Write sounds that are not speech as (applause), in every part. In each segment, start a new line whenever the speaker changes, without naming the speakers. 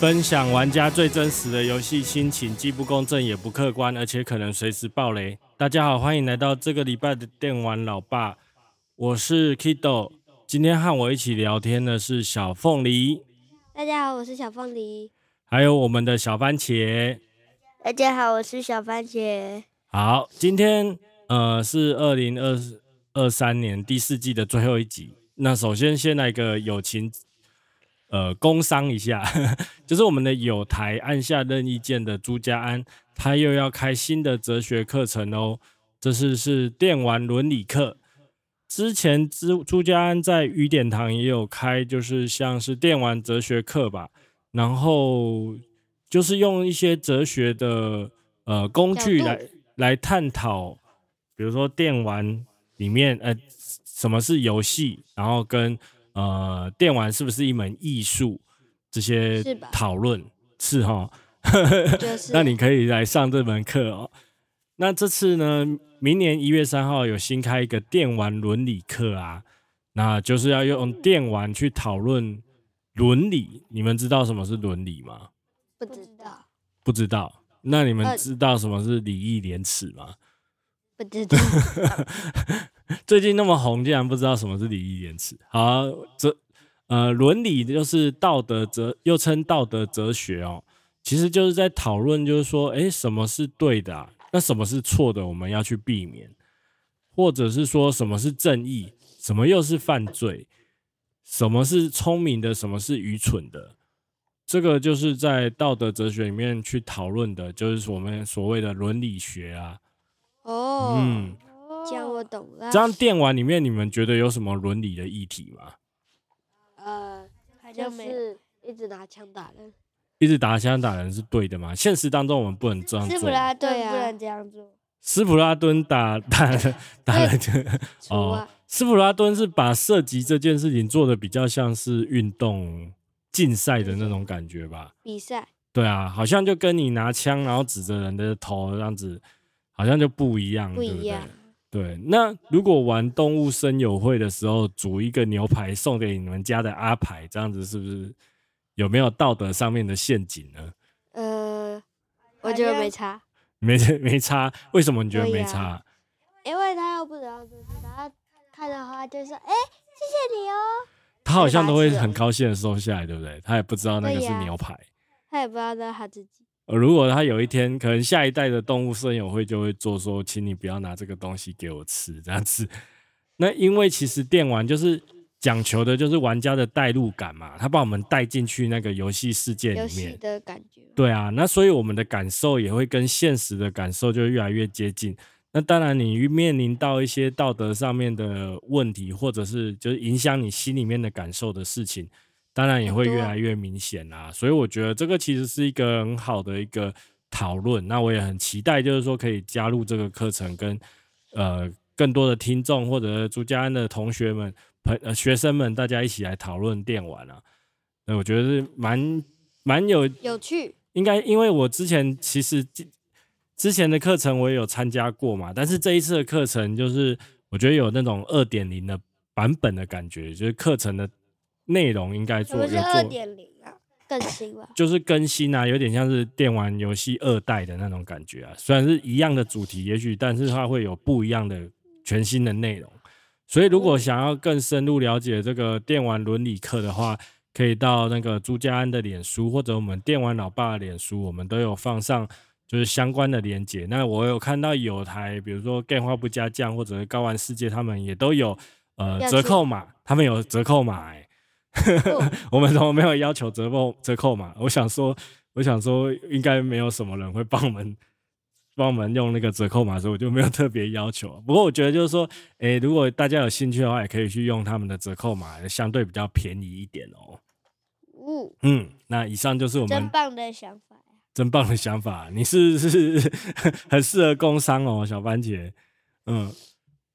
分享玩家最真实的游戏心情，既不公正也不客观，而且可能随时爆雷。大家好，欢迎来到这个礼拜的电玩老爸，我是 Kido。今天和我一起聊天的是小凤梨，
大家好，我是小凤梨。
还有我们的小番茄。
大家好，我是小番茄。
好，今天呃是二零二二三年第四季的最后一集。那首先先来个友情，呃，工商一下， (laughs) 就是我们的友台按下任意键的朱家安，他又要开新的哲学课程哦，这是是电玩伦理课。之前朱朱家安在雨点堂也有开，就是像是电玩哲学课吧，然后就是用一些哲学的呃工具
角度
来来探讨，比如说电玩里面呃什么是游戏，然后跟呃电玩是不是一门艺术这些
是吧
讨论是哈。
就是
(laughs) 那你可以来上这门课哦。那这次呢，明年一月三号有新开一个电玩伦理课啊，那就是要用电玩去讨论伦理。你们知道什么是伦理吗？
不知道，
不知道。那你们
呃
知道什么是礼义廉耻吗？
不知
(laughs)
道，
最近那么红，竟然不知道什么是礼义廉耻。好、啊，哲呃伦理就是道德哲，又称道德哲学哦。其实就是在讨论，就是说，诶，什么是对的、啊？那什么是错的？我们要去避免，或者是说什么是正义？什么又是犯罪？什么是聪明的？什么是愚蠢的？这个就是在道德哲学里面去讨论的，就是我们所谓的伦理学啊。
哦，
嗯，
这样我懂了。
这样电玩里面，你们觉得有什么伦理的议题吗？
呃，
就
就
没
是一直拿枪打人，
一直打枪打人是对的吗？现实当中我们不能这样
斯
做。
普拉顿
对啊
不能这样做，
斯普拉敦打打人打人，
除
哦
啊，，
斯普拉敦是把射击这件事情做的比较像是运动竞赛的那种感觉吧？
比赛
对啊，好像就跟你拿枪然后指着人的头这样子，好像就不一样，
不
对
一
对
样。
对，那如果玩动物森友会的时候，煮一个牛排送给你们家的阿排，这样子是不是有没有道德上面的陷阱呢？
呃，我觉得没差，
没 (laughs) 没差，为什么你觉得
对
没
呀
差？
因为他又不知道这是，然后看到他就说：“哎、谢谢你哦。
他好像
对吧
都会
是
很高兴的收下来，对不对？他也不知道那个
对
是
呀
牛排。
他也不知道那是他自己。
呃如果他有一天，可能下一代的动物森友会就会做说，请你不要拿这个东西给我吃这样子。 (laughs) 那因为其实电玩就是讲求的就是玩家的代入感嘛，他把我们带进去那个游戏世界
游
里面
戏。的感觉，
对啊，那所以我们的感受也会跟现实的感受就越来越接近。那当然，你面临到一些道德上面的问题，或者是就是影响你心里面的感受的事情，当然也会
很多
越来越明显啦、所以我觉得这个其实是一个很好的一个讨论。那我也很期待，就是说可以加入这个课程跟，呃更多的听众或者朱家安的同学们、朋呃学生们，大家一起来讨论电玩啊。那我觉得是蛮蛮有
有趣，
应该因为我之前其实之之前的课程我也有参加过嘛，但是这一次的课程就是我觉得有那种二点零的版本的感觉，就是课程的内容应该”
什
做
么
有
是二
做
点零啊？
更新了。
就是更新啊，有点像是电玩游戏二代的那种感觉啊，虽然是一样的主题，也许但是它会有不一样的全新的内容。所以，如果想要更深入了解这个电玩伦理课的话，可以到那个朱家安的脸书或者我们电玩老爸的脸书，我们都有放上就是相关的连接。那我有看到有台，比如说电话不加酱或者是高玩世界，他们也都有呃
要
折
记
扣码，他们有折扣码、欸。 (laughs) 我们怎么没有要求折扣折扣码？我想说，我想说，应该没有什么人会帮我们帮我们用那个折扣码，所以我就没有特别要求。啊不过我觉得就是说，诶，如果大家有兴趣的话，也可以去用他们的折扣码，相对比较便宜一点哦。
嗯，
嗯，那以上就是我
真
们
棒的想
(laughs)
法呀！
真棒的想法。啊你是是 (laughs) 很适合工商哦，小番茄。嗯，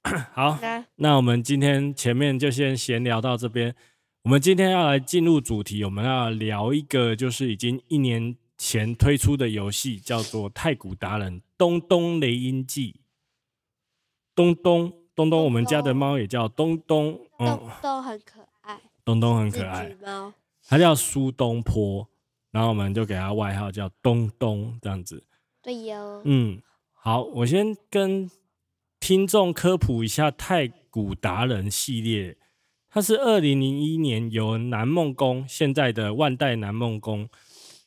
(coughs) 好，
那
那我们今天前面就先闲聊到这边。我们今天要来进入主题，我们要聊一个就是已经一年前推出的游戏，叫做《太古达人东东雷音记》。东东东东，我们家的猫也叫东东，嗯
都，都很可爱，
东东很
是
可爱
橘。猫，
它叫苏东坡，然后我们就给他外号叫东东这样子。
对哟，
嗯，好，我先跟听众科普一下太古达人系列，它是二零零一年由南梦宫现在的万代南梦宫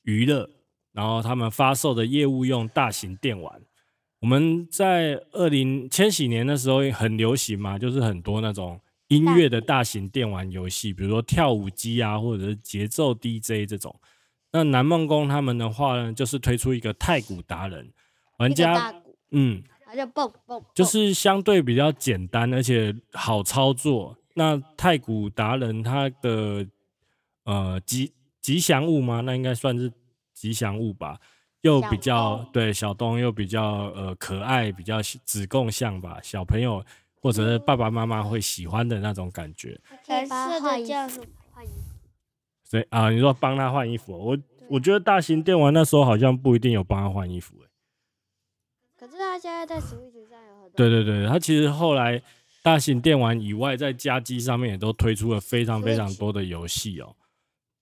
娱乐，然后他们发售的业务用大型电玩。我们在二零千禧年的时候很流行嘛，就是很多那种音乐的大型电玩游戏，比如说跳舞机啊，或者是节奏 DJ 这种。那南梦宫他们的话呢，就是推出一个太古达人，玩
一个大
家
鼓，
嗯，
然后就蹦蹦，
就
蹦
是相对比较简单，而且好操作。那太古达人它的呃吉吉祥物吗？那应该算是吉祥物吧。又比较
小东
对小东又比较呃可爱，比较子贡像吧，小朋友或者是爸爸妈妈会喜欢的那种感觉。
蓝
蓝色
色的
的叫
叫
什
什
么？
所以啊、你说帮他换衣服，我我觉得大型电玩那时候好像不一定有帮他换衣服、欸。
可是他现在在 Switch 上有很多
对对对，它其实后来大型电玩以外，在家机上面也都推出了非常非常多的游戏哦。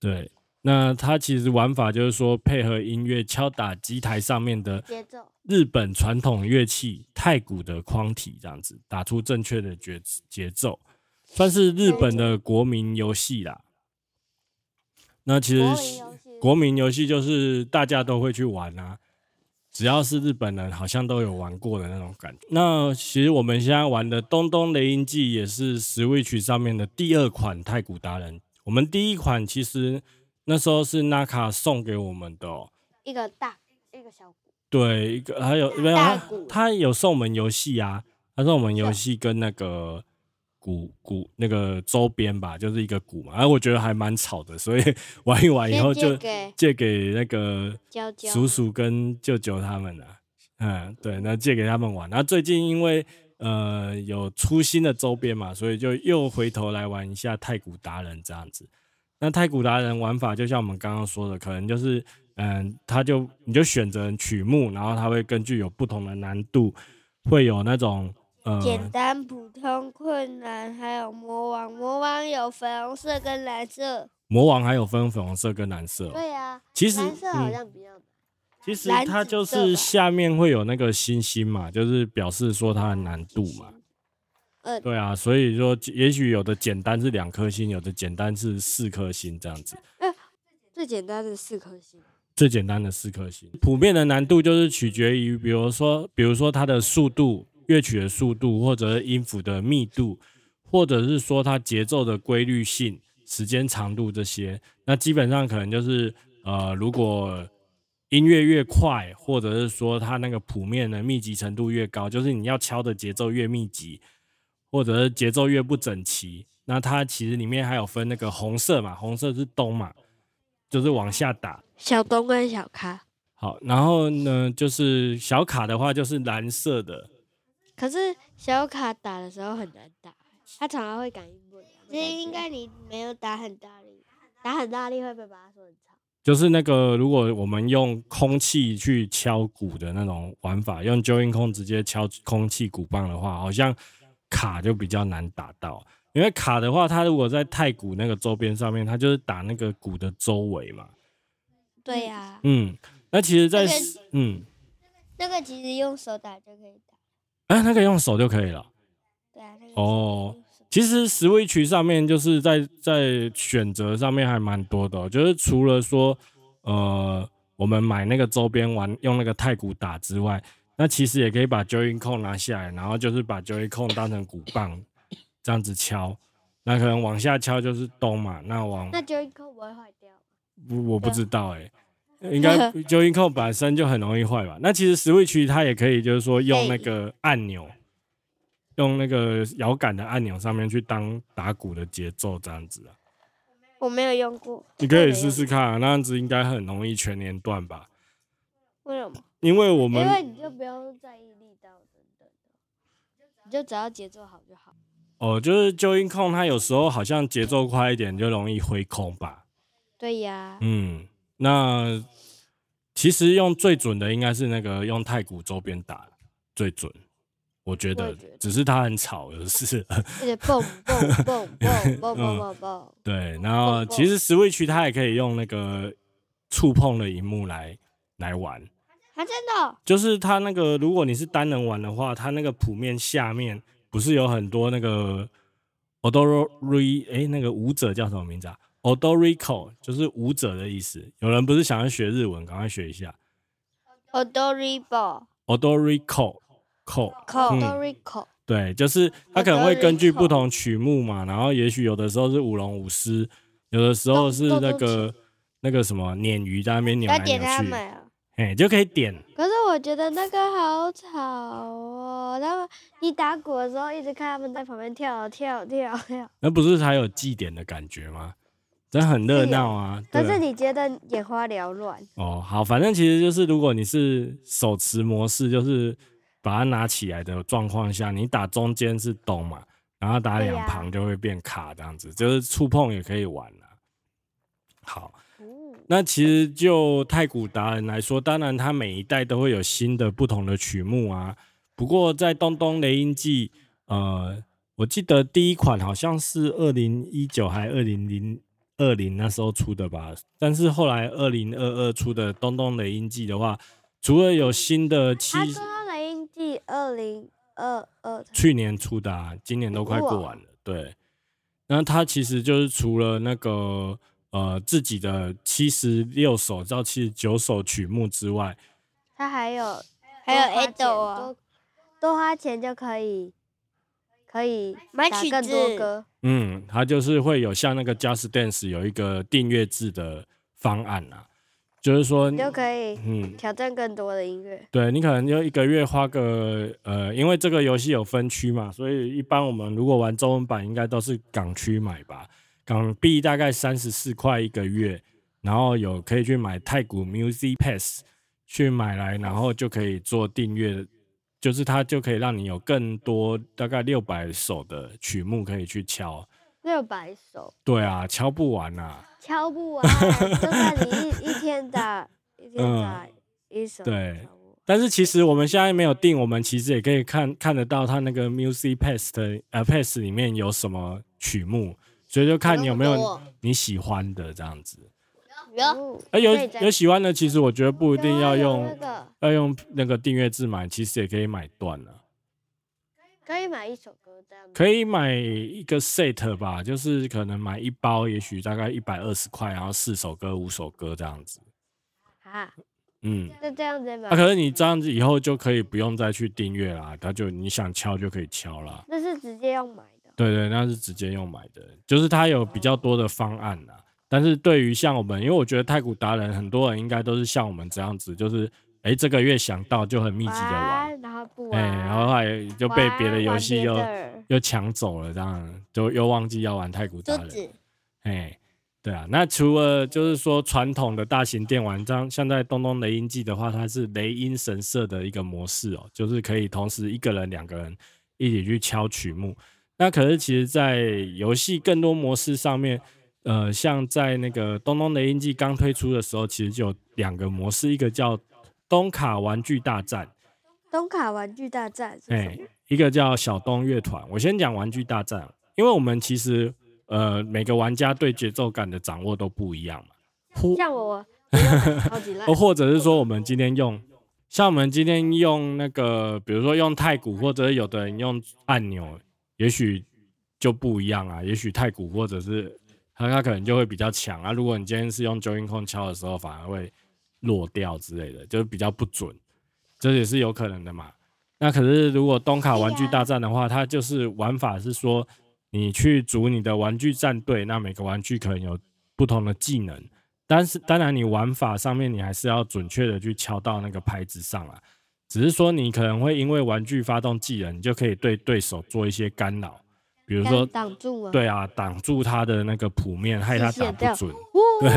对，那它其实玩法就是说，配合音乐敲打机台上面的
节奏，
日本传统乐器太鼓的框体，这样子打出正确的节节奏，算是日本的国民游戏啦。那其
国
实
民游戏，
国民游戏就是大家都会去玩啊，只要是日本人，好像都有玩过的那种感觉。那其实我们现在玩的《东东雷音记》也是 Switch 上面的第二款太古达人。我们第一款其实那时候是 Naka 送给我们的、哦，
一个大一个小鼓，
对，一个还有没有他
大鼓
他有送我们游戏啊，他送我们游戏跟那个鼓鼓那个周边吧，就是一个鼓嘛。哎、我觉得还蛮吵的，所以 (laughs) 玩一哎玩以后
先
就
借给
借给那个
娇娇
叔叔跟舅舅他们啊，嗯，对，那借给他们玩。那最近因为呃有出新的周边嘛，所以就又回头来玩一下太古达人这样子。那太古达人玩法就像我们刚刚说的，可能就是嗯，他就你就选择曲目，然后他会根据有不同的难度，会有那种呃
简单、普通、困难，还有魔王。魔王有粉红色跟蓝色。
魔王还有分粉红色跟蓝色哦、
对呀、
其实
蓝色好
嗯
像比较难。
其实
蓝
它
紫
就
色
是
吧
下面会有那个星星嘛，就是表示说它的难度嘛。
呃
对啊，所以说也许有的简单是两颗星，有的简单是四颗星这样子。
最简单的四颗星，
最简单的四颗星，普遍的难度就是取决于，比如说，比如说它的速度、乐曲的速度，或者是音符的密度，或者是说它节奏的规律性、时间长度这些。那基本上可能就是，呃，如果音乐越快，或者是说它那个谱面的密集程度越高，就是你要敲的节奏越密集，或者是节奏越不整齐。那它其实里面还有分那个红色嘛，红色是咚嘛，就是往下打。
小东跟小咖。
好，然后呢，就是小卡的话就是蓝色的，
可是小卡打的时候很难打，他常常会感应不良。
其实应该你没有打很大力，打很大力会被爸爸说很吵。
就是那个如果我们用空气去敲鼓的那种玩法，用纠音控直接敲空气鼓棒的话，好像卡就比较难打到。因为卡的话，它如果在太鼓那个周边上面，它就是打那个鼓的周围嘛。
对呀、
(laughs)
嗯，那其实在，
那个
嗯，
那个其实用手打就可以打，
哎、那个用手就可以了。
对啊，那个
哦，其实 Switch 上面就是在在选择上面还蛮多的哦、就是除了说呃我们买那个周边玩用那个太鼓打之外，那其实也可以把 Joy 控拿下来，然后就是把 Joy 控当成鼓棒这样子敲，那可能往下敲就是咚嘛，那往
那就一扣不会坏掉。
不我不
对啊
知道哎、应该
(laughs)
Joy 控本身就很容易坏吧？那其实 Switch 它也可以就是说用那
可以
个按钮。用那个摇杆的按钮上面去当打鼓的节奏，这样子啊。
我没有用过，
你可以试试看、啊，那样子应该很容易全连段吧？
为什么？
因为我
因
们
为你就不用在意力道等等的，你就只要节奏好就好。
哦，就是纠音控，它有时候好像节奏快一点就容易挥空吧。(laughs)
对呀、
嗯，那其实用最准的应该是那个用太鼓周边打最准，我觉
我
得
也觉得
只是它很吵，就是 (laughs)
而且蹦蹦
嗯
蹦蹦蹦蹦蹦蹦，
对。然后其实 Switch 它也可以用那个触碰的荧幕来来玩。
啊
还真的哦
就是它那个，如果你是单人玩的话，它那个谱面下面不是有很多那个 odori 哎、那个舞者叫什么名字啊？odorico 就是舞者的意思。有人不是想要学日文，赶快学一下
Odoribo
odorico co
Co
嗯
Dorico，
对，就是他可能会根据不同曲目嘛，然后也许有的时候是舞龙舞狮，有的时候是
动
那
动作
个那个什么鲶鱼在那边扭
要
来
点
扭
他
去，
们啊，
哎，就可以点。
可是我觉得那个好吵哦。他们你打鼓的时候，一直看他们在旁边跳跳跳跳。
那不是才有祭典的感觉吗？真的很热闹啊！
可
对
是你觉得眼花缭乱？
哦，好，反正其实就是如果你是手持模式，就是把它拿起来的状况下，你打中间是咚嘛，然后打
对
两
呀
旁就会变卡，这样子、就是触碰也可以玩啦、好，
哦
那其实就太古达人来说，当然它每一代都会有新的不同的曲目啊。不过在东东雷音记，呃，我记得第一款好像是二零一九还二零零二零那时候出的吧，但是后来二零二二出的东东雷音记的话，除了有新的七
阿哥雷音记二零二二，
去年出的、啊，今年都快过完了。对，那它其实就是除了那个呃自己的七十六首到七十九首曲目之外，
他还有
还有
多花
Edo
钱
啊，
多多花钱就可以可以
买
打
曲
更
子
多歌。
嗯，它就是会有像那个 Just Dance 有一个订阅制的方案啊，就是说
你，就可以
嗯，
挑战更多的音乐。
对你可能就一个月花个呃，因为这个游戏有分区嘛，所以一般我们如果玩中文版，应该都是港区买吧。港币大概三十四块一个月，然后有可以去买太古 Music Pass 去买来，然后就可以做订阅，就是它就可以让你有更多大概六百首的曲目可以去敲。
六百首
对啊，敲不完啊。
敲不完， (laughs) 就算
(laughs)
你一一天打一天打一首，
嗯对
敲不完，
但是其实我们现在没有定，我们其实也可以看看得到它那个 Music Pass 的呃 Pass 里面有什么曲目，所以就看你有没
有那么
有
多
你喜欢的这样子。
有
哦
哎、有
所以在
有喜欢的，其实我觉得不一
对
定
啊
要
有
用
那个，
要用那个订阅制买，其实也可以买断了，
可以买一首歌这样子。
可以买一个 set 吧，就是可能买一包，也许大概一百二十块，然后四首歌、五首歌这样子。
啊，
嗯，
就这样子
那、
买。
可是你这样子以后就可以不用再去订阅啦，它就你想敲就可以敲啦。
那是直接要买的，
对对，那是直接用买的，就是它有比较多的方案啦。但是对于像我们，因为我觉得太古达人很多人应该都是像我们这样子，就是哎这个月想到就很密集的玩。
玩，然后不
哎、
玩，
然后后来就被别的游戏又
玩玩别的
又抢走了，这样就又忘记要玩太古达
桌
人。
子，
哎、对啊，那除了就是说传统的大型电玩，像像在东东雷音记的话，它是雷音神社的一个模式哦，就是可以同时一个人、两个人一起去敲曲目。那可是其实，在游戏更多模式上面，呃，像在那个东东雷音记刚推出的时候，其实就有两个模式，一个叫东卡玩具大战。
东卡玩具大战是
哎、
什么？
一个叫小东乐团。我先讲《玩具大战》，啊因为我们其实呃每个玩家对节奏感的掌握都不一样嘛，呼
像我，我就买超级烂
哦，，或者是说我们今天用，像我们今天用那个，比如说用太鼓，或者有的人用按钮，也许就不一样啊。也许太鼓或者是他他可能就会比较强啊。如果你今天是用九音控敲的时候，反而会落掉之类的，就是比较不准，这也是有可能的嘛。那可是如果东卡玩具大战的话，它就是玩法是说，你去组你的玩具战队，那每个玩具可能有不同的技能。但是当然，你玩法上面你还是要准确的去敲到那个牌子上啊。只是说你可能会因为玩具发动技能，你就可以对对手做一些干扰，比如说
敢挡住啊，
对啊，挡住他的那个谱面，害他
视线
打不
掉
准。
呜，
(laughs) 对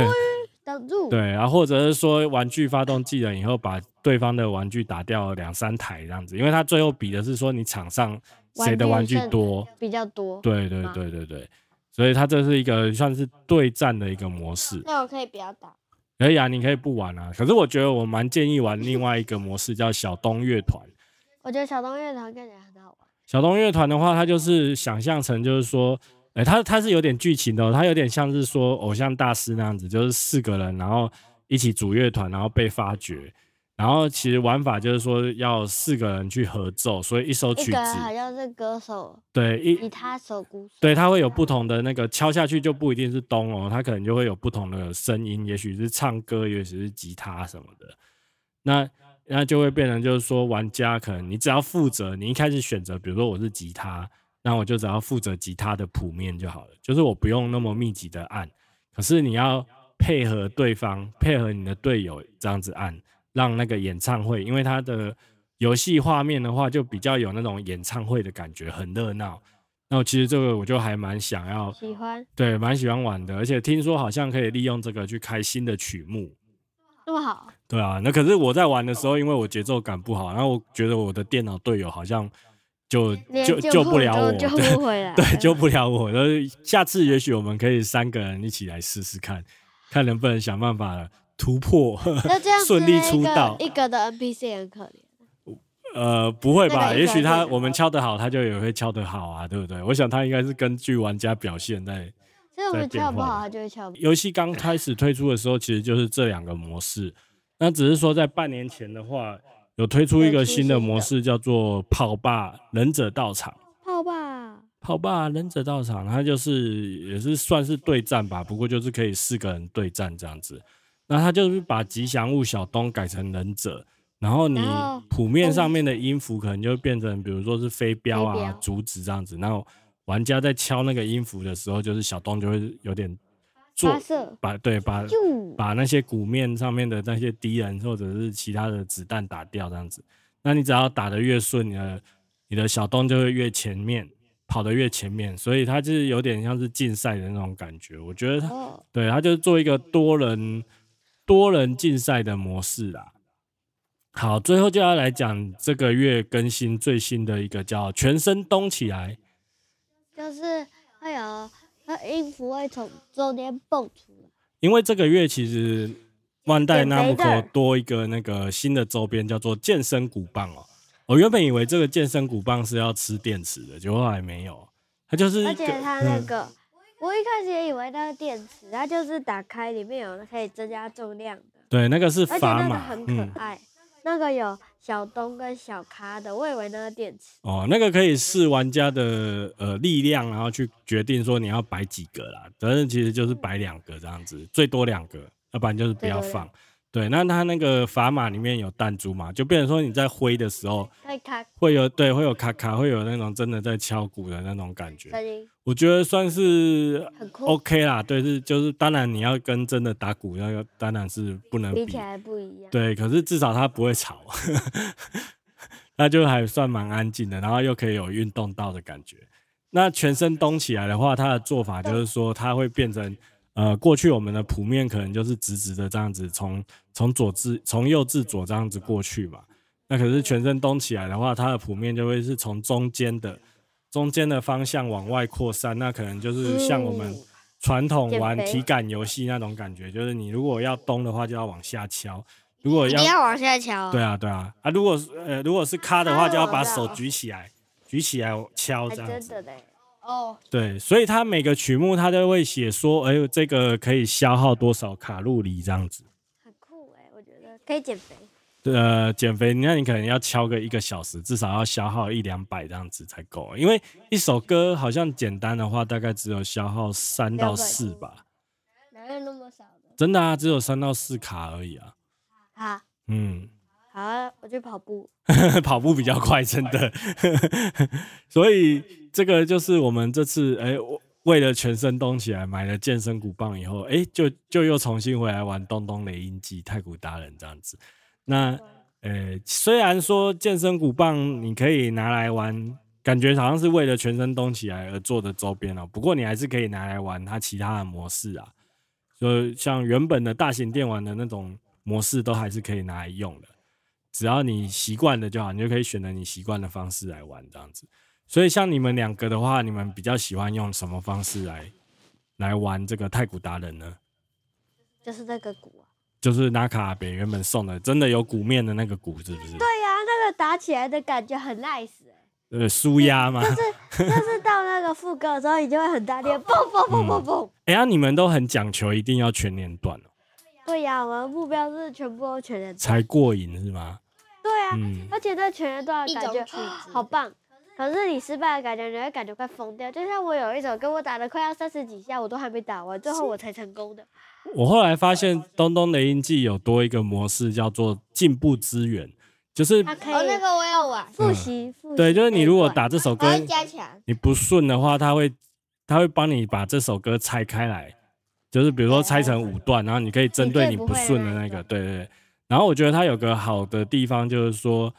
挡住，
对，然后或者是说玩具发动技能以后，把对方的玩具打掉两三台这样子，因为他最后比的是说你场上谁的玩具多。
比较多。
对对
嘛
对对对，所以它这是一个算是对战的一个模式。
那我可以不要打，
可以啊，你可以不玩啊。可是我觉得我蛮建议玩另外一个模式，叫小东乐团。
我觉得小东乐团看起来很好玩，
小东乐团的话，它就是想象成就是说，哎、它它是有点剧情的、哦，它有点像是说偶像大师那样子，就是四个人，然后一起组乐团，然后被发掘。然后其实玩法就是说要四个人去合奏，所以一首
一
曲
个人好
啊
子，
像是歌手，
对一
吉他手、鼓手，
对，它会有不同的那个敲下去就不一定是咚哦，它可能就会有不同的声音，也许是唱歌，也许是吉他什么的。那那就会变成就是说，玩家可能你只要负责，你一开始选择，比如说我是吉他，那我就只要负责吉他的谱面就好了，就是我不用那么密集的按。可是你要配合对方，配合你的队友这样子按，让那个演唱会，因为它的游戏画面的话，就比较有那种演唱会的感觉，很热闹。那我其实这个我就还蛮想要，
喜欢
对，蛮喜欢玩的，而且听说好像可以利用这个去开新的曲目。
这么好，
对啊，那可是我在玩的时候，因为我节奏感不好，然后我觉得我的电脑队友好像就
连
就
救
救不了我，
都救
对
不回
(laughs)
来，
对，救不了我。然后下次也许我们可以三个人一起来试试看，看能不能想办法突破。 (laughs)
那这样子
顺利
那
出
一个
道
一个的 NPC 很可怜，
呃，不会
那
吧？
个
也许
应该
他
是
我们敲得好，他就也会敲得好啊，对不对？我想他应该是根据玩家表现在
所以我们
在变
跳不
化
好，
了嗯
他就会跳不。
游戏刚开始推出的时候，其实就是这两个模式。那只是说在半年前的话，有推出一个新的模式，叫做跑吧忍者道场。
泡吧，
跑吧忍者道场，它就是也是算是对战吧，不过就是可以四个人对战这样子。那它就是把吉祥物小东改成忍者，然后你
然后
谱面上面的音符可能就变成，比如说是飞镖
飞镖
啊、竹子这样子。然后玩家在敲那个音符的时候，就是小东就会有点做
发射，
把对把
就
把那些鼓面上面的那些敌人或者是其他的子弹打掉，这样子。那你只要打得越顺，你的你的小洞就会越前面，跑得越前面，所以它就是有点像是竞赛的那种感觉。我觉得它
哦，
对它就是做一个多人多人竞赛的模式啦。好，最后就要来讲这个月更新最新的一个叫“全身动起来
就是会有它音符会从中间蹦出来，”，
因为这个月其实万代
减肥
纳姆口
的
多一个那个新的周边，叫做健身鼓棒哦。我原本以为这个健身鼓棒是要吃电池的，结果后来没有，它就是一
而
个
且它那
嗯
个，我一开始也以为那是电池，它就是打开里面有可以增加重量的，
对那个是
而且
砝
那个
码，
很
嗯
可爱，那个有小东跟小咖的，我以为那是电池，
哦，那个可以试玩家的呃力量，然后去决定说你要摆几个啦。反正其实就是摆两个这样子，最多两个，要不然就是不
最
要
多
放。对，那它那个砝码里面有弹珠嘛，就变成说你在挥的时候
可以开
会有对会有咔咔，会有那种真的在敲鼓的那种感觉。
声音，
我觉得算是
很酷
OK 啦，对，是就是当然你要跟真的打鼓那个当然是不能
比
比
起，来不一样。
对，可是至少它不会吵， (laughs) 那就还算蛮安静的，然后又可以有运动到的感觉。那全身动起来的话，它的做法就是说，它会变成呃，过去我们的谱面可能就是直直的这样子，从从左至从右至左这样子过去嘛。那可是全身动起来的话，它的谱面就会是从中间的中间的方向往外扩散，那可能就是像我们
嗯
传统玩
减肥
体感游戏那种感觉，就是你如果要咚的话，就要往下敲；如果要
你要往下敲、
对啊对啊啊，如果是呃如果是咔的话，
咔
就要
啊我
把
知
手
道
举起来，举起来敲
还
这样
哎真
子。
的嘞，哦，
对，所以它每个曲目它都会写说，哎呦，这个可以消耗多少卡路里这样子。
很酷哎，我觉得可以减肥。
呃，减肥，那你可能要敲个一个小时，至少要消耗一两百这样子才够。啊因为一首歌好像简单的话，大概只有消耗三到四吧，
哪有那么少的？
真的啊，只有三到四卡而已啊。
好，
嗯，
好啊，我去跑步。
(laughs) 跑步比较快，真的。 (laughs) 所以这个就是我们这次哎、我为了全身动起来买了健身鼓棒以后，哎、就就又重新回来玩《东东雷音记》《太鼓达人》这样子。那呃，虽然说健身鼓棒你可以拿来玩，感觉好像是为了全身动起来而做的周边哦，不过你还是可以拿来玩它其他的模式啊。就像原本的大型电玩的那种模式，都还是可以拿来用的。只要你习惯了就好，你就可以选择你习惯的方式来玩这样子。所以像你们两个的话，你们比较喜欢用什么方式来来玩这个太古达人呢？
就是那个鼓啊。
就是拿卡北原本送的，真的有鼓面的那个鼓，是不是？
对呀、那个打起来的感觉很 nice 哎、
呃，舒压吗？
欸，就是到那个副歌的
(laughs) 嗯
时候，你就会很大力，蹦蹦蹦蹦蹦。
哎呀，你们都很讲求一定要全年段哦。
对呀、我们的目标是全部都全人。
才过瘾是吗？
对啊，
嗯，
而且那全人段的
一
感
种
觉
曲子
好棒。可是你失败的感觉，你会感觉快疯掉。就像我有一首歌，我打了快要三十几下，我都还没打完，最后我才成功
哦
的。
我后来发现东东雷音记有多一个模式叫做进步资源，就是
它可
哦，
以
那个我有玩，
复习复
嗯
习。
对，就是你如果打这
啊
首歌
它会加强。
你不顺的话，他会他会帮你把这首歌拆开来，就是比如说拆成五段，然后你可以针对哦你不顺的那
你最不会的那
个，
一
对对对。然后我觉得它有个好的地方就是说，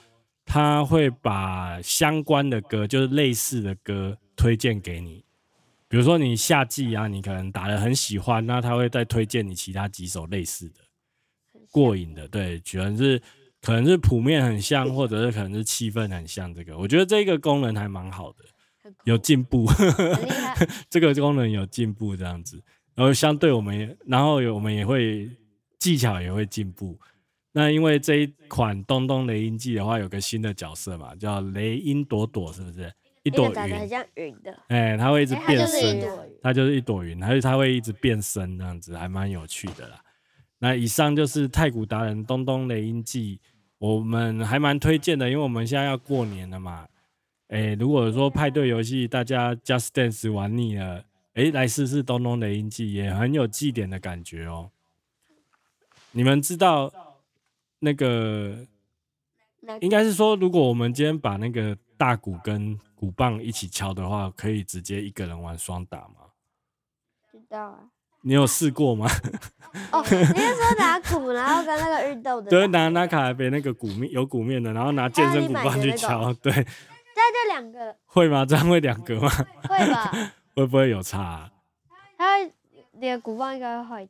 它会把相关的歌，就是类似的歌推荐给你。比如说你夏季啊，你可能打的很喜欢，那他会再推荐你其他几首类似的。过瘾的，对，可能是可能是谱面很像，或者是可能是气氛很像。这个我觉得这个功能还蛮好的， (laughs) 有进步，
很厉害，
这个功能有进步这样子。然后相对我们也，然后有我们也会技巧也会进步。那因为这一款《东东雷音记》的话，有个新的角色嘛，叫雷音朵朵，是不是？一朵
那个打得很
云，
像云的，
哎、它会一直
哎它
变
就
身。
是一朵
它就是一朵云，而且它会一直变身，这样子还蛮有趣的啦。那以上就是太古达人东东雷音记，我们还蛮推荐的，因为我们现在要过年了嘛。诶，如果说派对游戏大家 Just Dance 玩腻了，诶，来试试东东雷音记，也很有祭典的感觉哦。你们知道那个
那
应该是说，如果我们今天把那个大鼓跟鼓棒一起敲的话，可以直接一个人玩双打吗？
知道啊，
你有试过吗？
哦，你是说打鼓，然后跟那个运动的
就是
打，
拿拿卡贝那个鼓面有鼓面的，然后拿健身鼓棒去敲，对，
那就两个
会吗？这样会两个吗？
会吧？
会不会有差、啊？
(laughs) 他会，你的鼓棒应该会坏，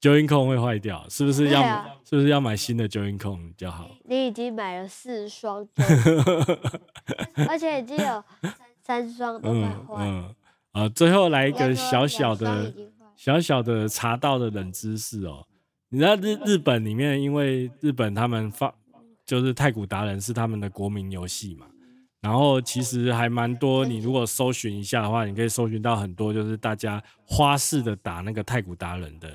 九音控会坏掉，是不是
对
要、
啊
是不是要买新的九音控比较好？
你已经买了
(laughs)
四双旧的，而且已经有三
(laughs)
双都快
嗯
坏了，
嗯，啊，最后来一
一
个小小
已
的
经坏了
小小的查到的冷知识哦。你知道日
嗯
日本里面，因为日本他们放就是太古达人是他们的国民游戏嘛，然后其实还蛮多。
嗯
你如果搜寻一下的话，你可以搜寻到很多，就是大家花式的打那个太古达人的，
嘟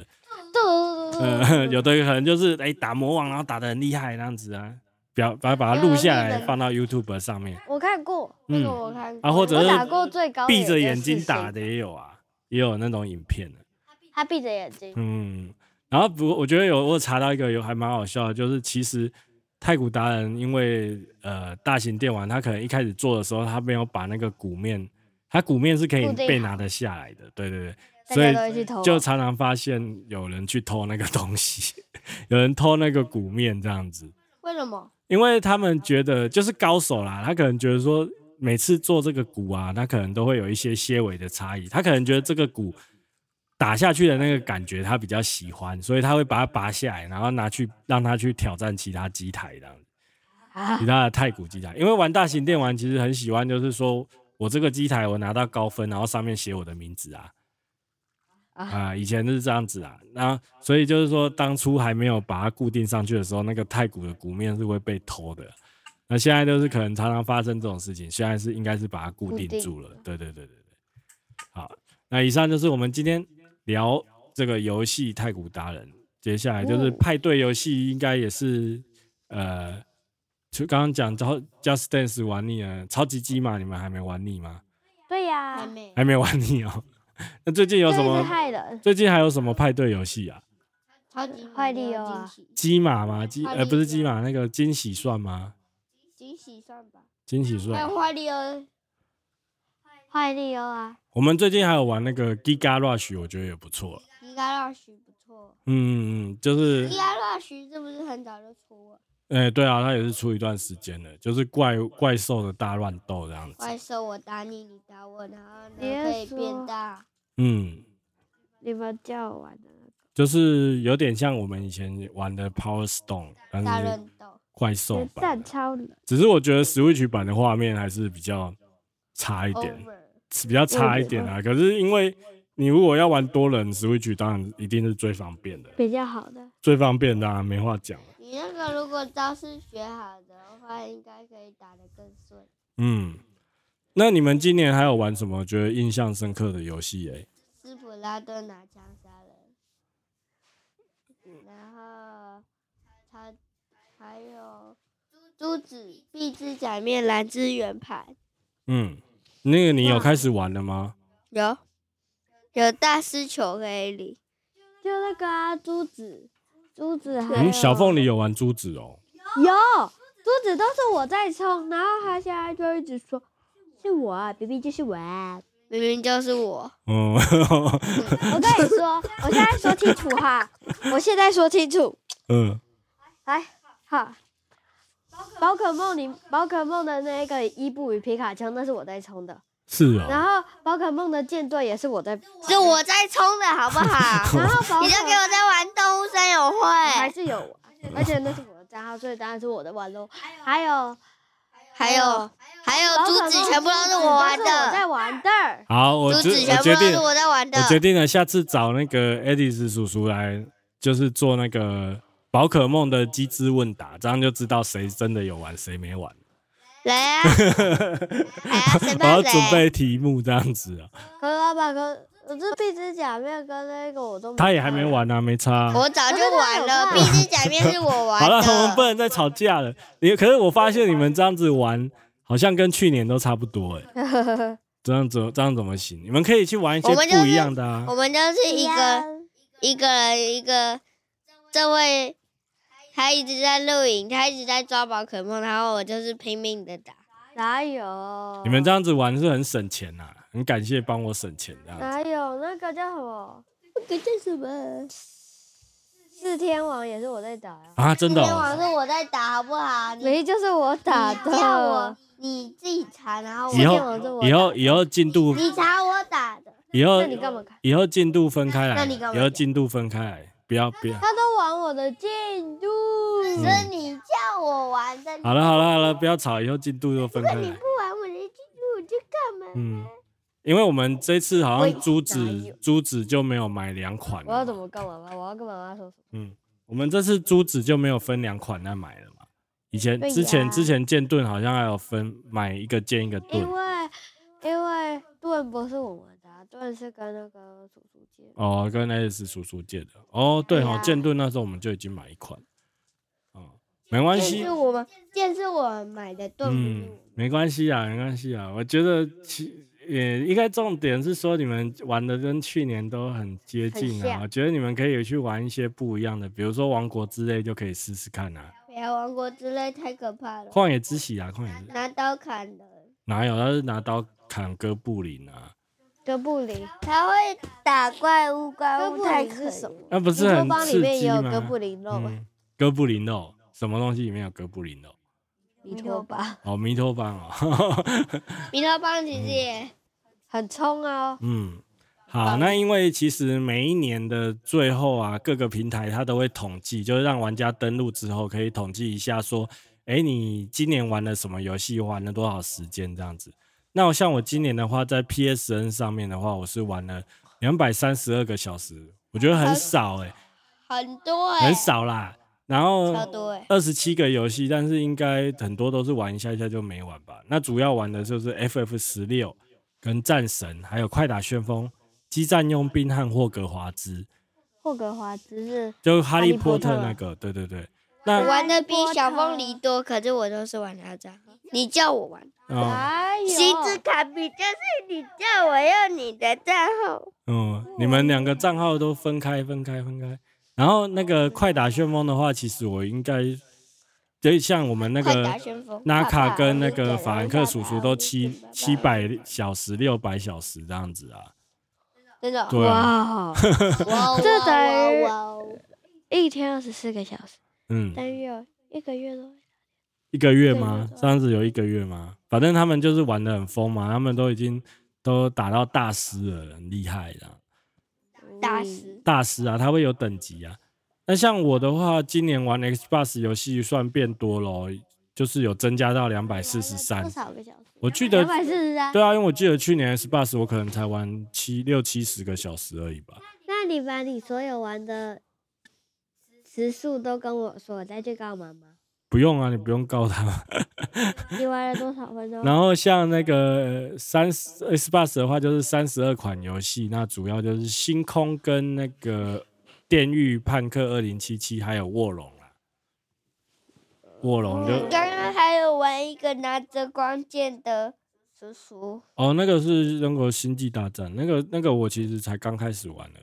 嘟嘟嘟
呃，有的可能就是哎、打魔王，然后打的很厉害那样子啊，表把把它录下来放到 YouTube 上面
我看过，
那个
嗯
我看
啊，或者
我打
是
过最高，
闭着眼睛打，的也有啊，也有那种影片啊的、
他闭着眼睛，
嗯，然后不过我觉得有我有查到一个有还蛮好笑的，就是其实太古达人因为呃大型电玩，他可能一开始做的时候，他没有把那个鼓面，它鼓面是可以
固定
被
好
拿得下来的，对对对，
大
所
家
以
都会去投
就
啊，
常常发现有人去偷那个东西， (laughs) 有人偷那个鼓面这样子，
为什么？
因为他们觉得就是高手啦，他可能觉得说每次做这个鼓啊，他可能都会有一些些微的差异，他可能觉得这个鼓打下去的那个感觉他比较喜欢，所以他会把它拔下来，然后拿去让他去挑战其他机台这样子。
啊
其他的太古机台，因为玩大型电玩其实很喜欢，就是说我这个机台我拿到高分，然后上面写我的名字啊。
啊
啊、以前是这样子啊，那所以就是说，当初还没有把它固定上去的时候，那个太古的鼓面是会被偷的。那现在就是可能常常发生这种事情，现在是应该是把它固定住了。对对对对对。好，那以上就是我们今天聊这个游戏太古达人，接下来就是
哦
派对游戏，应该也是呃，就刚刚讲超 Just Dance 玩腻了，超级鸡嘛，你们还没玩腻吗？
对
还
呀，
没
还没玩腻哦。 (laughs) 那最近有什
这是
么？
害人，
最近还有什么派对游戏啊？
超级
快递哦啊
惊喜
鸡马吗？鸡
快
呃不是
递
鸡马，那个惊喜算吗？
惊喜算吧，
惊喜
还
算
有。快递哦，
坏利哦啊，
我们最近还有玩那个 Giga Rush，我觉得也不错。
伊嘎 rush 不错，
嗯嗯嗯，就是
伊嘎 rush 是不是很早就出了？
哎、对啊，它也是出一段时间了，就是怪怪兽的大乱斗这样子。
怪兽我打你，你打我，然后呢
别
可以
说
变大。
嗯，
你们叫我玩的那个，
就是有点像我们以前玩的 Power Stone，但
大
是
乱斗，
怪兽
决
版
战
的。
超人，
只是我觉得 Switch 版的画面还是比较差一
哦
点，
over
比较差一点啊。可是因为你如果要玩多人 Switch，当然一定是最方便的，
比较好的，
最方便当然没话讲了。
你那个如果招式学好的话，应该可以打得更顺。
嗯，那你们今年还有玩什么觉得印象深刻的游戏？哎，
斯普拉顿拿枪杀人，指、壁之假面、蓝之圆盘，
嗯，那个你有开始玩了吗？
有有大师球可以理，
就那个啊，珠子，珠子还有、
嗯，小凤梨有玩珠子哦，
有珠子都是我在冲，然后他现在就一直说是我啊，B B 就是我啊。
明明就是我。
嗯，
我跟你说，我现在说清楚哈，我现在说清楚，
(laughs) 嗯，
来哈。宝可梦里，宝可梦的那个伊布与皮卡丘，那是我在冲的。
是
然
哦，
后宝可梦的舰队也是我在，
(laughs) 是我在冲的好不 (laughs) 好？
然后宝可
你就给我在玩动物森友
我还
会，
是有玩，而且那是我的账号，所以当然是我的玩喽。还有
还有还有
宝可
竹
梦
子全部都是我玩
都是我在
的，
玩的。
好，我
竹
决
子
我
全部
决
都是
定，
我在玩的
我。决定了，下次找那个 Edis 叔叔来，就是做那个宝可梦的机智问答，这样就知道谁真的有玩，谁没玩。 (laughs)
来啊，来啊，谁
我要
怕
准
谁？
备题目这样子啊，
可是老板，可我这壁纸假面跟那个我都
他也还没。玩呢、啊，没差啊、
我早就玩了，
可是
壁纸假面是我玩
(laughs) 好了，
的。
我们不能再吵架了。你可是我发现你们这样子玩，好像跟去年都差不多哎、
(laughs)
这样子这样怎么行？你们可以去玩一些
我们就是
不一样的啊。
我们就是一个一个人一个，这位他一直在录影，他一直在抓宝可梦，然后我就是拼命的打。
哪有？
你们这样子玩是很省钱呐、啊，很感谢帮我省钱这样子。
哪有那个叫什么
这叫什么？
四天王也是我在打呀、
啊，真的、
今天晚
哦，
上是我在打，好不好？你
没就是我打的。
叫我你自己查，然后我
以
天
后
王是我
以后以后进度
你查我打的，
以后
那你干嘛看？
以后进度分开来，
那你干嘛
以后进度分开来，不要不要。嗯
他都玩我的进度，
是你叫我玩的，
好了好了好了，不要吵，以后进度都分开来。
玩我的进度就干嘛？
嗯，因为我们这次好
我已
像
经
珠
哪
子
有
珠子就没有买两款了
我
嘛，
要怎么跟妈妈？我要跟妈妈说什么？
嗯，我们这次珠子就没有分两款来买了嘛。以前
对
之前
呀
之前剑盾好像还有分买一个剑一个盾
因为因为盾不是我玩的、啊，盾是跟那个叔叔借的。
哦，跟 S 叔叔借的哦，对
对
哦
呀，
剑盾那时候我们就已经买一款，哦，没关系
是，我们剑是我呃买的盾，
嗯，没关系啊，没关系啊。我觉得其也应该重点是说你们玩的跟去年都很接近
很
啊，
像
我觉得你们可以去玩一些不一样的，比如说王国之类就可以试试看啊。
不要王国之泪太可怕了，
旷野之息啊，旷野之
拿刀砍的，
哪有？他是拿刀砍哥布林啊，
哥布林，
他会打怪物，怪
哥
物
布
太
林
可
是什
怜。
么？
那不是
乌托
很
邦里
刺
面
激
也有
吗
哥布林肉吧？
嗯，哥布林肉什么东西里面有哥布林肉？
弥托吧，
哦，弥托邦哦。
米特邦其实也
很冲啊！
嗯，好，那因为其实每一年的最后啊，各个平台它都会统计，就是让玩家登录之后可以统计一下，说，哎，你今年玩了什么游戏，玩了多少时间这样子。那我像我今年的话，在 PSN 上面的话，我是玩了两百三十二个小时，我觉得很少哎、
很多哎、
很少啦。然后
超多哎、
二十七个游戏，但是应该很多都是玩一下下就没玩吧。那主要玩的就是 FF 十六、跟战神，还有快打旋风、激战佣兵和霍格华兹，
霍格华兹是
就哈利波
哈
特
利波特
那个。对对对，
啊
那
玩的比小凤梨多，可是我都是玩他这样。你叫我玩，
嗯
哎呦，
星之卡比就是你叫我用你的账号，
嗯，你们两个账号都分开，分开，分开。然后那个快打旋风的话，其实我应该，就像我们那
快打
个
旋风，
纳卡跟那个法兰克叔叔都七七百小时、六百小时这样子啊。
真的哦，
对啊，
哇，
(laughs)
哇
这
哇
等于
哇哇
一天二十四个小时，
嗯。
单
哦
月一个月都
一个月
对啊
吗
没？错
这样子有一个月吗？反正他们就是玩的很疯嘛，他们都已经都打到大师了，很厉害的
大
嗯
师，
大师啊，他会有等级啊。那像我的话，今年玩 Xbox 游戏算变多咯，就是有增加到两百哎四十三
多。少个小时？
我记得
两，百四十三。
对啊，因为我记得去年 Xbox 我可能才玩七六七十个小时而已吧。
那你把你所有玩的时速都跟我说，我再去告妈妈。
不用啊，你不用告他们。
你玩了多少分
(laughs)
钟？
然后像那个三十 S b o s 的话，就是三十二款游戏，那主要就是《星空》跟那个《电狱判客二零七七》还有《卧龙》啦。卧龙
嗯
就
刚刚还有玩一个拿着光剑的叔叔，
哦，那个是那个星际大战，那个那个我其实才刚开始玩了。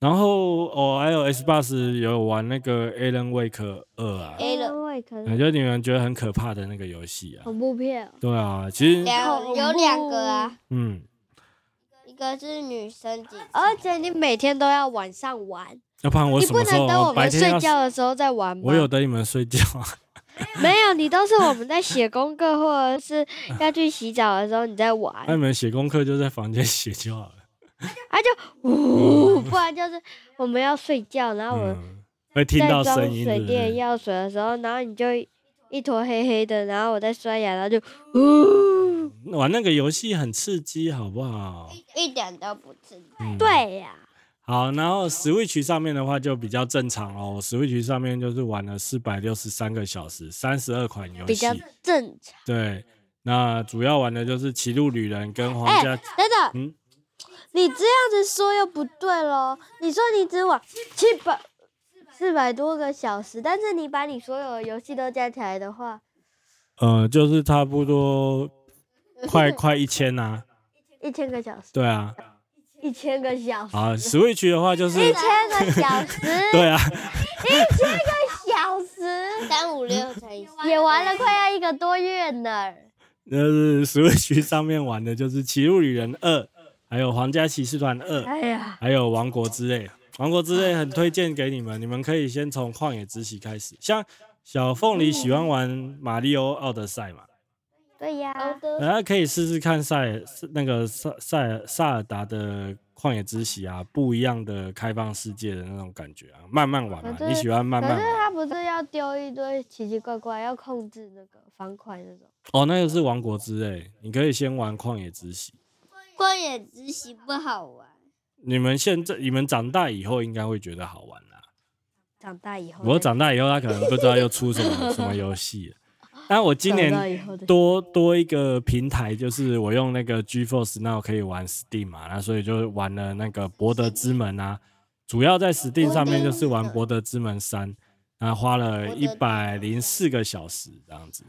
然后哦，还有 S Bus 有玩那个 Alan Wake 二啊，
A 了
因为哎可
感
能
觉你们觉得很可怕的那个游戏啊。
恐怖片哦，
对啊，其实
两
恐
有两个啊，
嗯，
一个是女生警察，
而且你每天都要晚上玩，
要不然我
你
什
不
么时候啊
能等我
白
们
天
睡
要
觉的时候再玩吗？
我有等你们睡觉啊。
没有，你都是我们在写功课或者是要去洗澡的时候你在玩
那，你们写功课就在房间写就
(laughs)
好了。
啊就呜，不然就是我们要睡觉，然后我
嗯，会听
在
到
装
声音
水
是不
电
是？
药水的时候，然后你就一坨黑黑的，然后我在刷牙，然后就呜，
玩那个游戏很刺激，好不好？
一点都不刺激。
嗯。
对呀、
好，然后 Switch 上面的话就比较正常哦。Switch 上面就是玩了四百六十三个小时，三十二款游
比
戏
较。正常。
对，那主要玩的就是《骑路旅人》跟《皇
哎
家》
等等，
嗯
你这样子说又不对喽。你说你只玩七百四百多个小时，但是你把你所有的游戏都加起来的话，
呃，就是差不多快快一千啊。
一千个小时，
对啊，
一千个小时， (laughs)
啊，Switch 的话就是
一千个小 (laughs) 时，
对啊，
小时
三五六乘以四，
也玩了快要一个多月呢。
那是 Switch (laughs) 上面玩的就是《骑路旅人二》，还有《皇家骑士团二》，
哎呀，
还有《王国之泪》。《王国之泪》很推荐给你们，你们可以先从《旷野之息》开始。像小凤梨喜欢玩《马里奥奥德赛》嘛，
对呀、
大家可以试试看塞那个塞塞萨尔达的《旷野之息》啊，不一样的开放世界的那种感觉啊，慢慢玩嘛。
可是
你喜欢慢
可
慢
是
玩
他不是要丢一堆奇奇怪怪，要控制那个方块那种。
哦，那个是《王国之泪》，你可以先玩《旷野之息》。
旷野之息不好啊玩，
你们现在你们长大以后应该会觉得好玩啦、
长大以后，
我长大以后，他可能不知道又出什么什么游戏了。但我今
长大以
年
后的
多多一个平台，就是我用那个 GeForce Now 可以玩 Steam 嘛，那所以就玩了那个《博德之门》啊。主要在 Steam 上面就是玩《博德之门三》，那花了一百零四个小时这样子，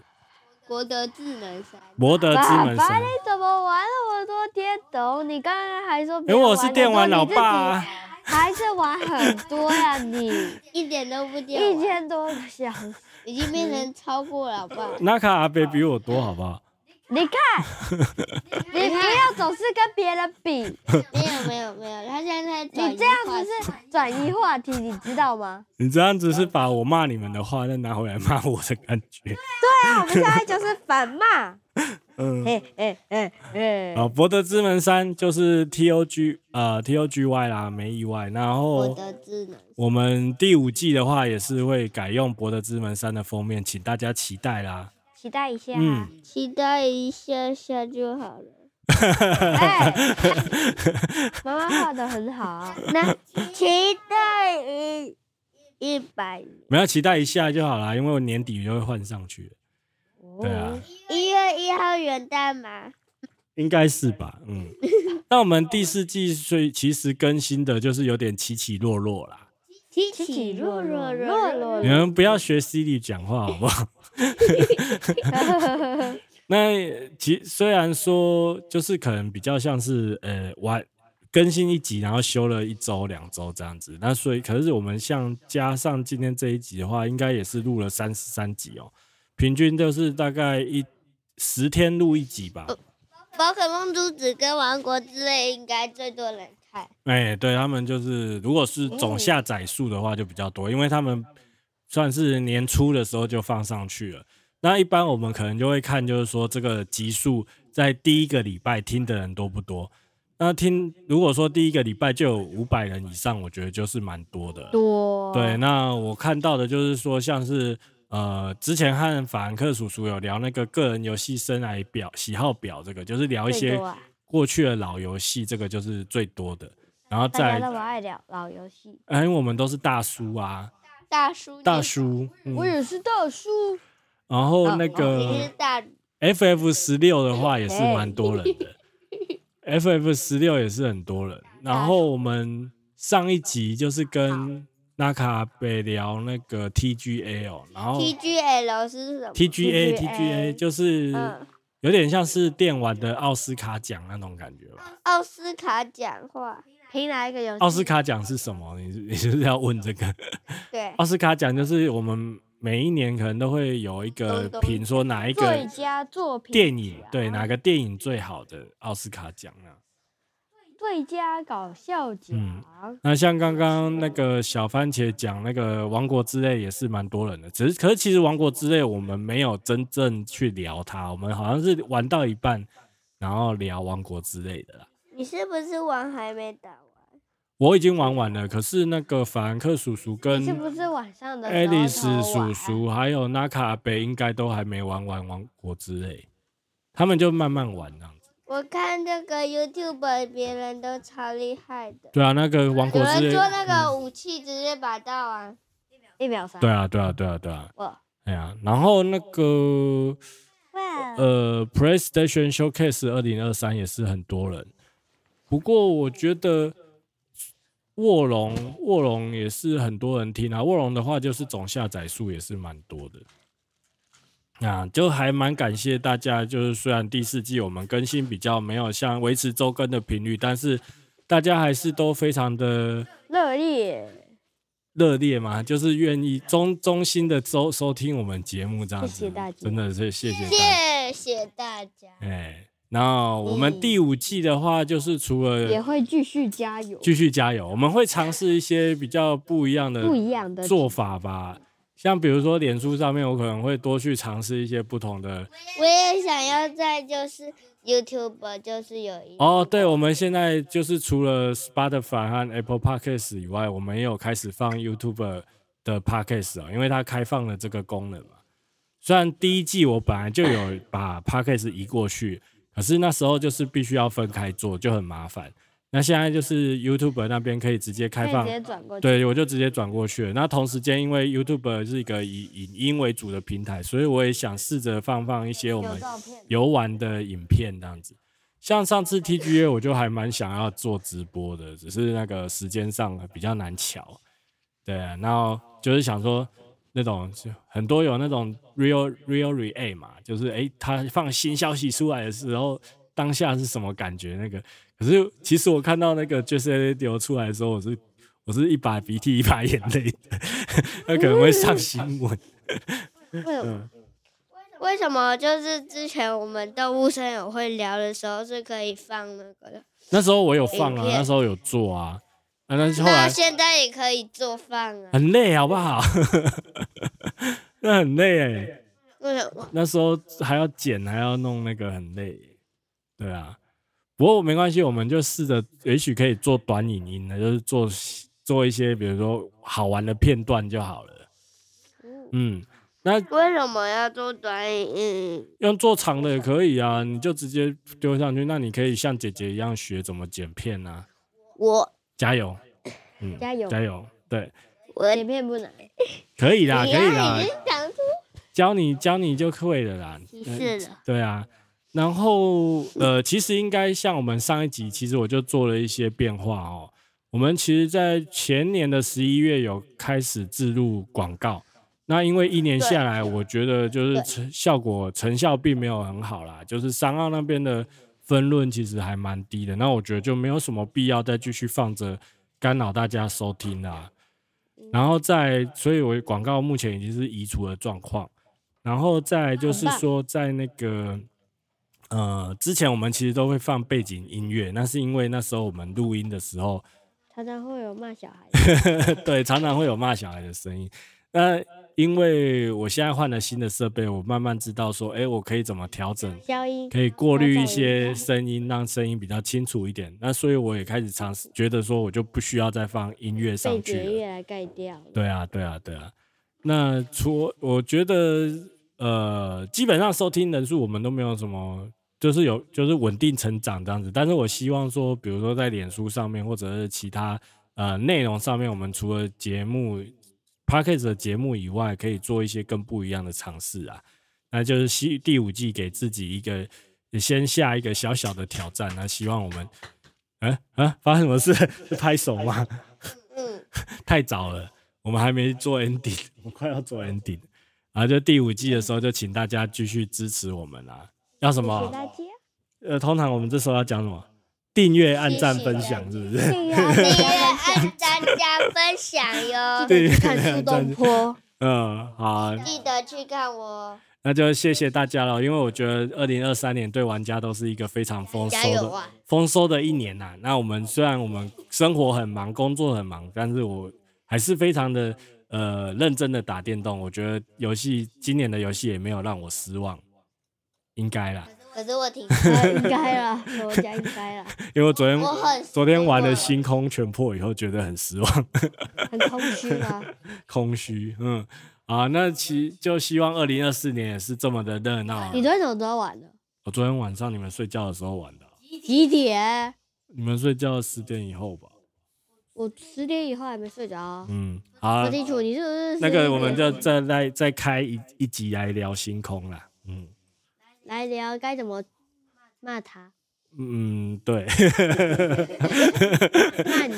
国德智能三，
《博德之门
爸爸
三
你》。怎么玩了？我都听懂。你刚刚还说别
因为哎
人玩
我
得多，
是电玩老爸、啊，
你自己还是玩很多呀、你
一点都不 (laughs) 电
一
玩，
千嗯多个小时，
已经变成超过了，好不好？
那卡阿贝比我多，好不好？
你
(laughs)
看，你不要总是跟别人比，
没有没有没有，他现在在转移
你这样
话
子
题
是转移话题，你知道吗？
你这样子是把我骂你们的话再拿回来骂我的感觉。
那我们现在就是反骂，
(laughs) 嗯，
哎哎哎哎，
啊，博德之门三就是 T O G 呃 T O G Y 啦，没意外。然
国
后
德智能。
我们第五季的话也是会改用博德之门三的封面，请大家期待啦。
期待一下。
啊
嗯，
期待一下下就好了。
(laughs) 哎，妈妈画的很好，啊
(laughs) 那期待一一百年
没有期待一下就好啦，因为我年底就会换上去了。
哦
对啊，
一月一号元旦嘛，
应该是吧？嗯，那我们第四季最其实更新的就是有点起起落落啦。
起
起
起
落
落落
落落
落
落
落
你们不要学 Siri 讲话好不好？那其虽然说就是可能比较像是呃玩更新一集，然后休了一周两周这样子，那所以可是我们像加上今天这一集的话，应该也是录了三十三集哦，平均就是大概一十天录一集吧。
宝可梦珠子跟王国之泪应该最多人看。
哎、对他们就是，如果是总下载数的话就比较多，因为他们算是年初的时候就放上去了。那一般我们可能就会看，就是说这个集数在第一个礼拜听的人多不多。那听如果说第一个礼拜就有五百人以上，我觉得就是蛮多的。
多
对，那我看到的就是说，像是呃，之前和法兰克叔叔有聊那个个人游戏生涯表、喜好表，这个就是聊一
最
些
多啊
过去的老游戏，这个就是最多的。然后
大
再
家都不爱聊老游戏。
哎，因为我们都是大叔啊，
大叔，
大，叔，嗯，
嗯也哦是大叔，
然后那
你是
个
大
FF 十六的话也是蛮多人
(laughs)
的，FF 十六也是很多人。然后我们上一集就是跟纳卡北聊那个 TGL，然哦后
TGL 是什么？
TGA
TGA
TGA 就是
嗯
有点像是电玩的奥斯卡奖那种感觉吧。
奥斯卡讲话，
凭哪一个游戏？
奥斯卡奖是什么？你是你是不是要问这个？
对，
奥斯卡奖就是我们每一年可能都会有一个
东东
评说哪一
最
个
佳作品
电影
奖
对哪个电影最好的奥斯卡奖啊。
最佳搞笑奖。
嗯那像刚刚那个小番茄讲那个《王国之泪》也是蛮多人的，只是可是其实《王国之泪》我们没有真正去聊它，我们好像是玩到一半，然后聊《王国之泪》的啦。
你是不是玩还没打完？
我已经玩完了，可是那个法兰克叔叔跟
你是不是晚上的时候
爱丽丝
偷
叔
玩啊
叔还有纳卡北应该都还没玩完《王国之泪》，他们就慢慢玩这样子。
我看这个 YouTube 别人都超厉害的，
对啊，那个《王
有
国之
人
泪》
做那
嗯
个武器直接把到啊，
一秒三？
对啊，对啊，对啊，对啊，
哇
哎呀、然后那个。呃，PlayStation Showcase 二零二三也是很多人，不过我觉得卧龙卧龙也是很多人听啊。卧龙的话，就是总下载数也是蛮多的。啊，就还蛮感谢大家，就是虽然第四季我们更新比较没有像维持周更的频率，但是大家还是都非常的
热力
热烈嘛，就是愿意衷衷心的收收听我们节目这样子，
谢谢大家
真的是谢谢大家。
谢谢大家。
哎，那我们第五季的话，就是除
嗯也
了
会继续加油，
继续加油，我们会尝试一些比较不一样的
不一样的
做法吧。像比如说脸书上面，我可能会多去尝试一些不同的。
我也想要在就是 YouTube 就是有一
哦，对，我们现在就是除了 Spotify 和 Apple Podcast 以外，我们也有开始放 YouTube 的 Podcast 哦，因为它开放了这个功能嘛。虽然第一季我本来就有把 Podcast 移过去，可是那时候就是必须要分开做，就很麻烦。那现在就是 YouTube 那边可以直接
可
开
以直
放，
接转过去。
对我就直接转过去了。那同时间，因为 YouTube 是一个以影音为主的平台，所以我也想试着放放一些我
有
们
照片，
游玩的影片这样子。像上次 TGA 我就还蛮想要做直播的，只是那个时间上比较难瞧。对啊，然后就是想说那种很多有那种 real real react 嘛，就是诶，他放新消息出来的时候，当下是什么感觉？那个可是其实我看到那个 JCA 流出来的时候，我是我是一把鼻涕一把眼泪的， (laughs) 那可能会上新闻。 (laughs)
为什
嗯
么？
为什么就是之前我们动物森友会聊的时候是可以放那个的，
那时候我有放
影
啊，
片
那时候有做啊，啊，但是后
那
来
现在也可以做饭啊？
很累，好不好？ (laughs) 那很累哎、
为什么？
那时候还要剪，还要弄那个，很累。对啊，不过没关系，我们就试着，也许可以做短影音的，就是做做一些，比如说好玩的片段就好了。嗯，那
为什么要做短影音？
用做长的也可以啊，你就直接丢上去。那你可以像姐姐一样学怎么剪片啊，
我
加油，嗯，
加油
加油，对，
我
影片不难，
可以啊啦，可
你
以啦
看已，经讲出
教你教你就会了啦。
提
(laughs)
示了。
对啊，然后呃，其实应该像我们上一集，其实我就做了一些变化哦。我们其实，在前年的十一月有开始置入广告，那因为一年下来，我觉得就是成效果成效并没有很好啦，就是商澳那边的分论其实还蛮低的，那我觉得就没有什么必要再继续放着干扰大家收听啦。然后再，所以我广告目前已经是移除的状况，然后再就是说，在那个呃之前我们其实都会放背景音乐，那是因为那时候我们录音的时候， (laughs)
常常会有骂小孩。
对，常常会有骂小孩的声音。那因为我现在换了新的设备，我慢慢知道说，哎，我可以怎么调整，
消音，
可以过滤一些声音，让声音比较清楚一点。那所以我也开始尝试，觉得说我就不需要再放音乐
被
上去
节
了。
约来盖掉了。
对啊，对啊，对啊。那除我觉得，呃，基本上收听人数我们都没有什么，就是有就是稳定成长这样子。但是我希望说，比如说在脸书上面或者是其他呃内容上面，我们除了节目 p a c k a g e 的节目以外，可以做一些更不一样的尝试啊。那就是希第五季给自己一个先下一个小小的挑战，那希望我们， (laughs) 嗯、啊、发生什么事？是拍手吗？ (laughs)
嗯，
太早了。我们还没做 ending，我 (laughs) 们快要做 ending，然后就第五季的时候就请大家继续支持我们啊，要什
谢谢
么？
大家，
呃，通常我们这时候要讲什么？订阅、按赞、
谢谢
分享，是不是？
谢谢
(laughs)
大
订阅、
家
按赞、加分享哟，
对
去看树洞坡，
嗯，好啊、
记得去看我，
那就谢谢大家了，因为我觉得二零二三年对玩家都是一个非常丰收
加油
的、
啊！
丰收的一年呐、那我们虽然我们生活很忙，工作很忙，但是我还是非常的呃认真的打电动。我觉得游戏今年的游戏也没有让我失望，应该啦，
可是我挺，
哦
呃 (laughs) 应该啦，我家应该啦，
因为我昨天
我很
昨天玩了《
的
星空全破》以后，觉得很失望。
很空虚
(laughs)
啦。
嗯空虚，嗯，啊，那其就希望二零二四年也是这么的热闹啊。
你昨天怎么知道玩的？
我昨天晚上你们睡觉的时候玩的啊，
几点？
你们睡觉十点以后吧。
我十点以后还没睡着啊。
嗯，好啊
不，清楚，你是不是
那个我们
就
就再来再开一一集来聊星空啦。嗯
来聊该怎么骂他，
嗯，对， (laughs)
骂你，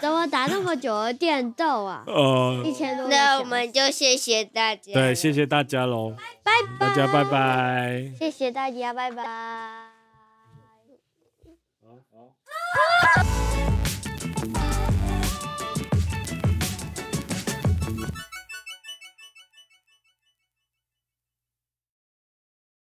怎么打那么久的电动啊？
呃
一，千多个小时。
那我们就谢谢大家，
对，谢谢大家喽，
拜拜，
大家拜，拜。
谢谢大家，拜拜。
好好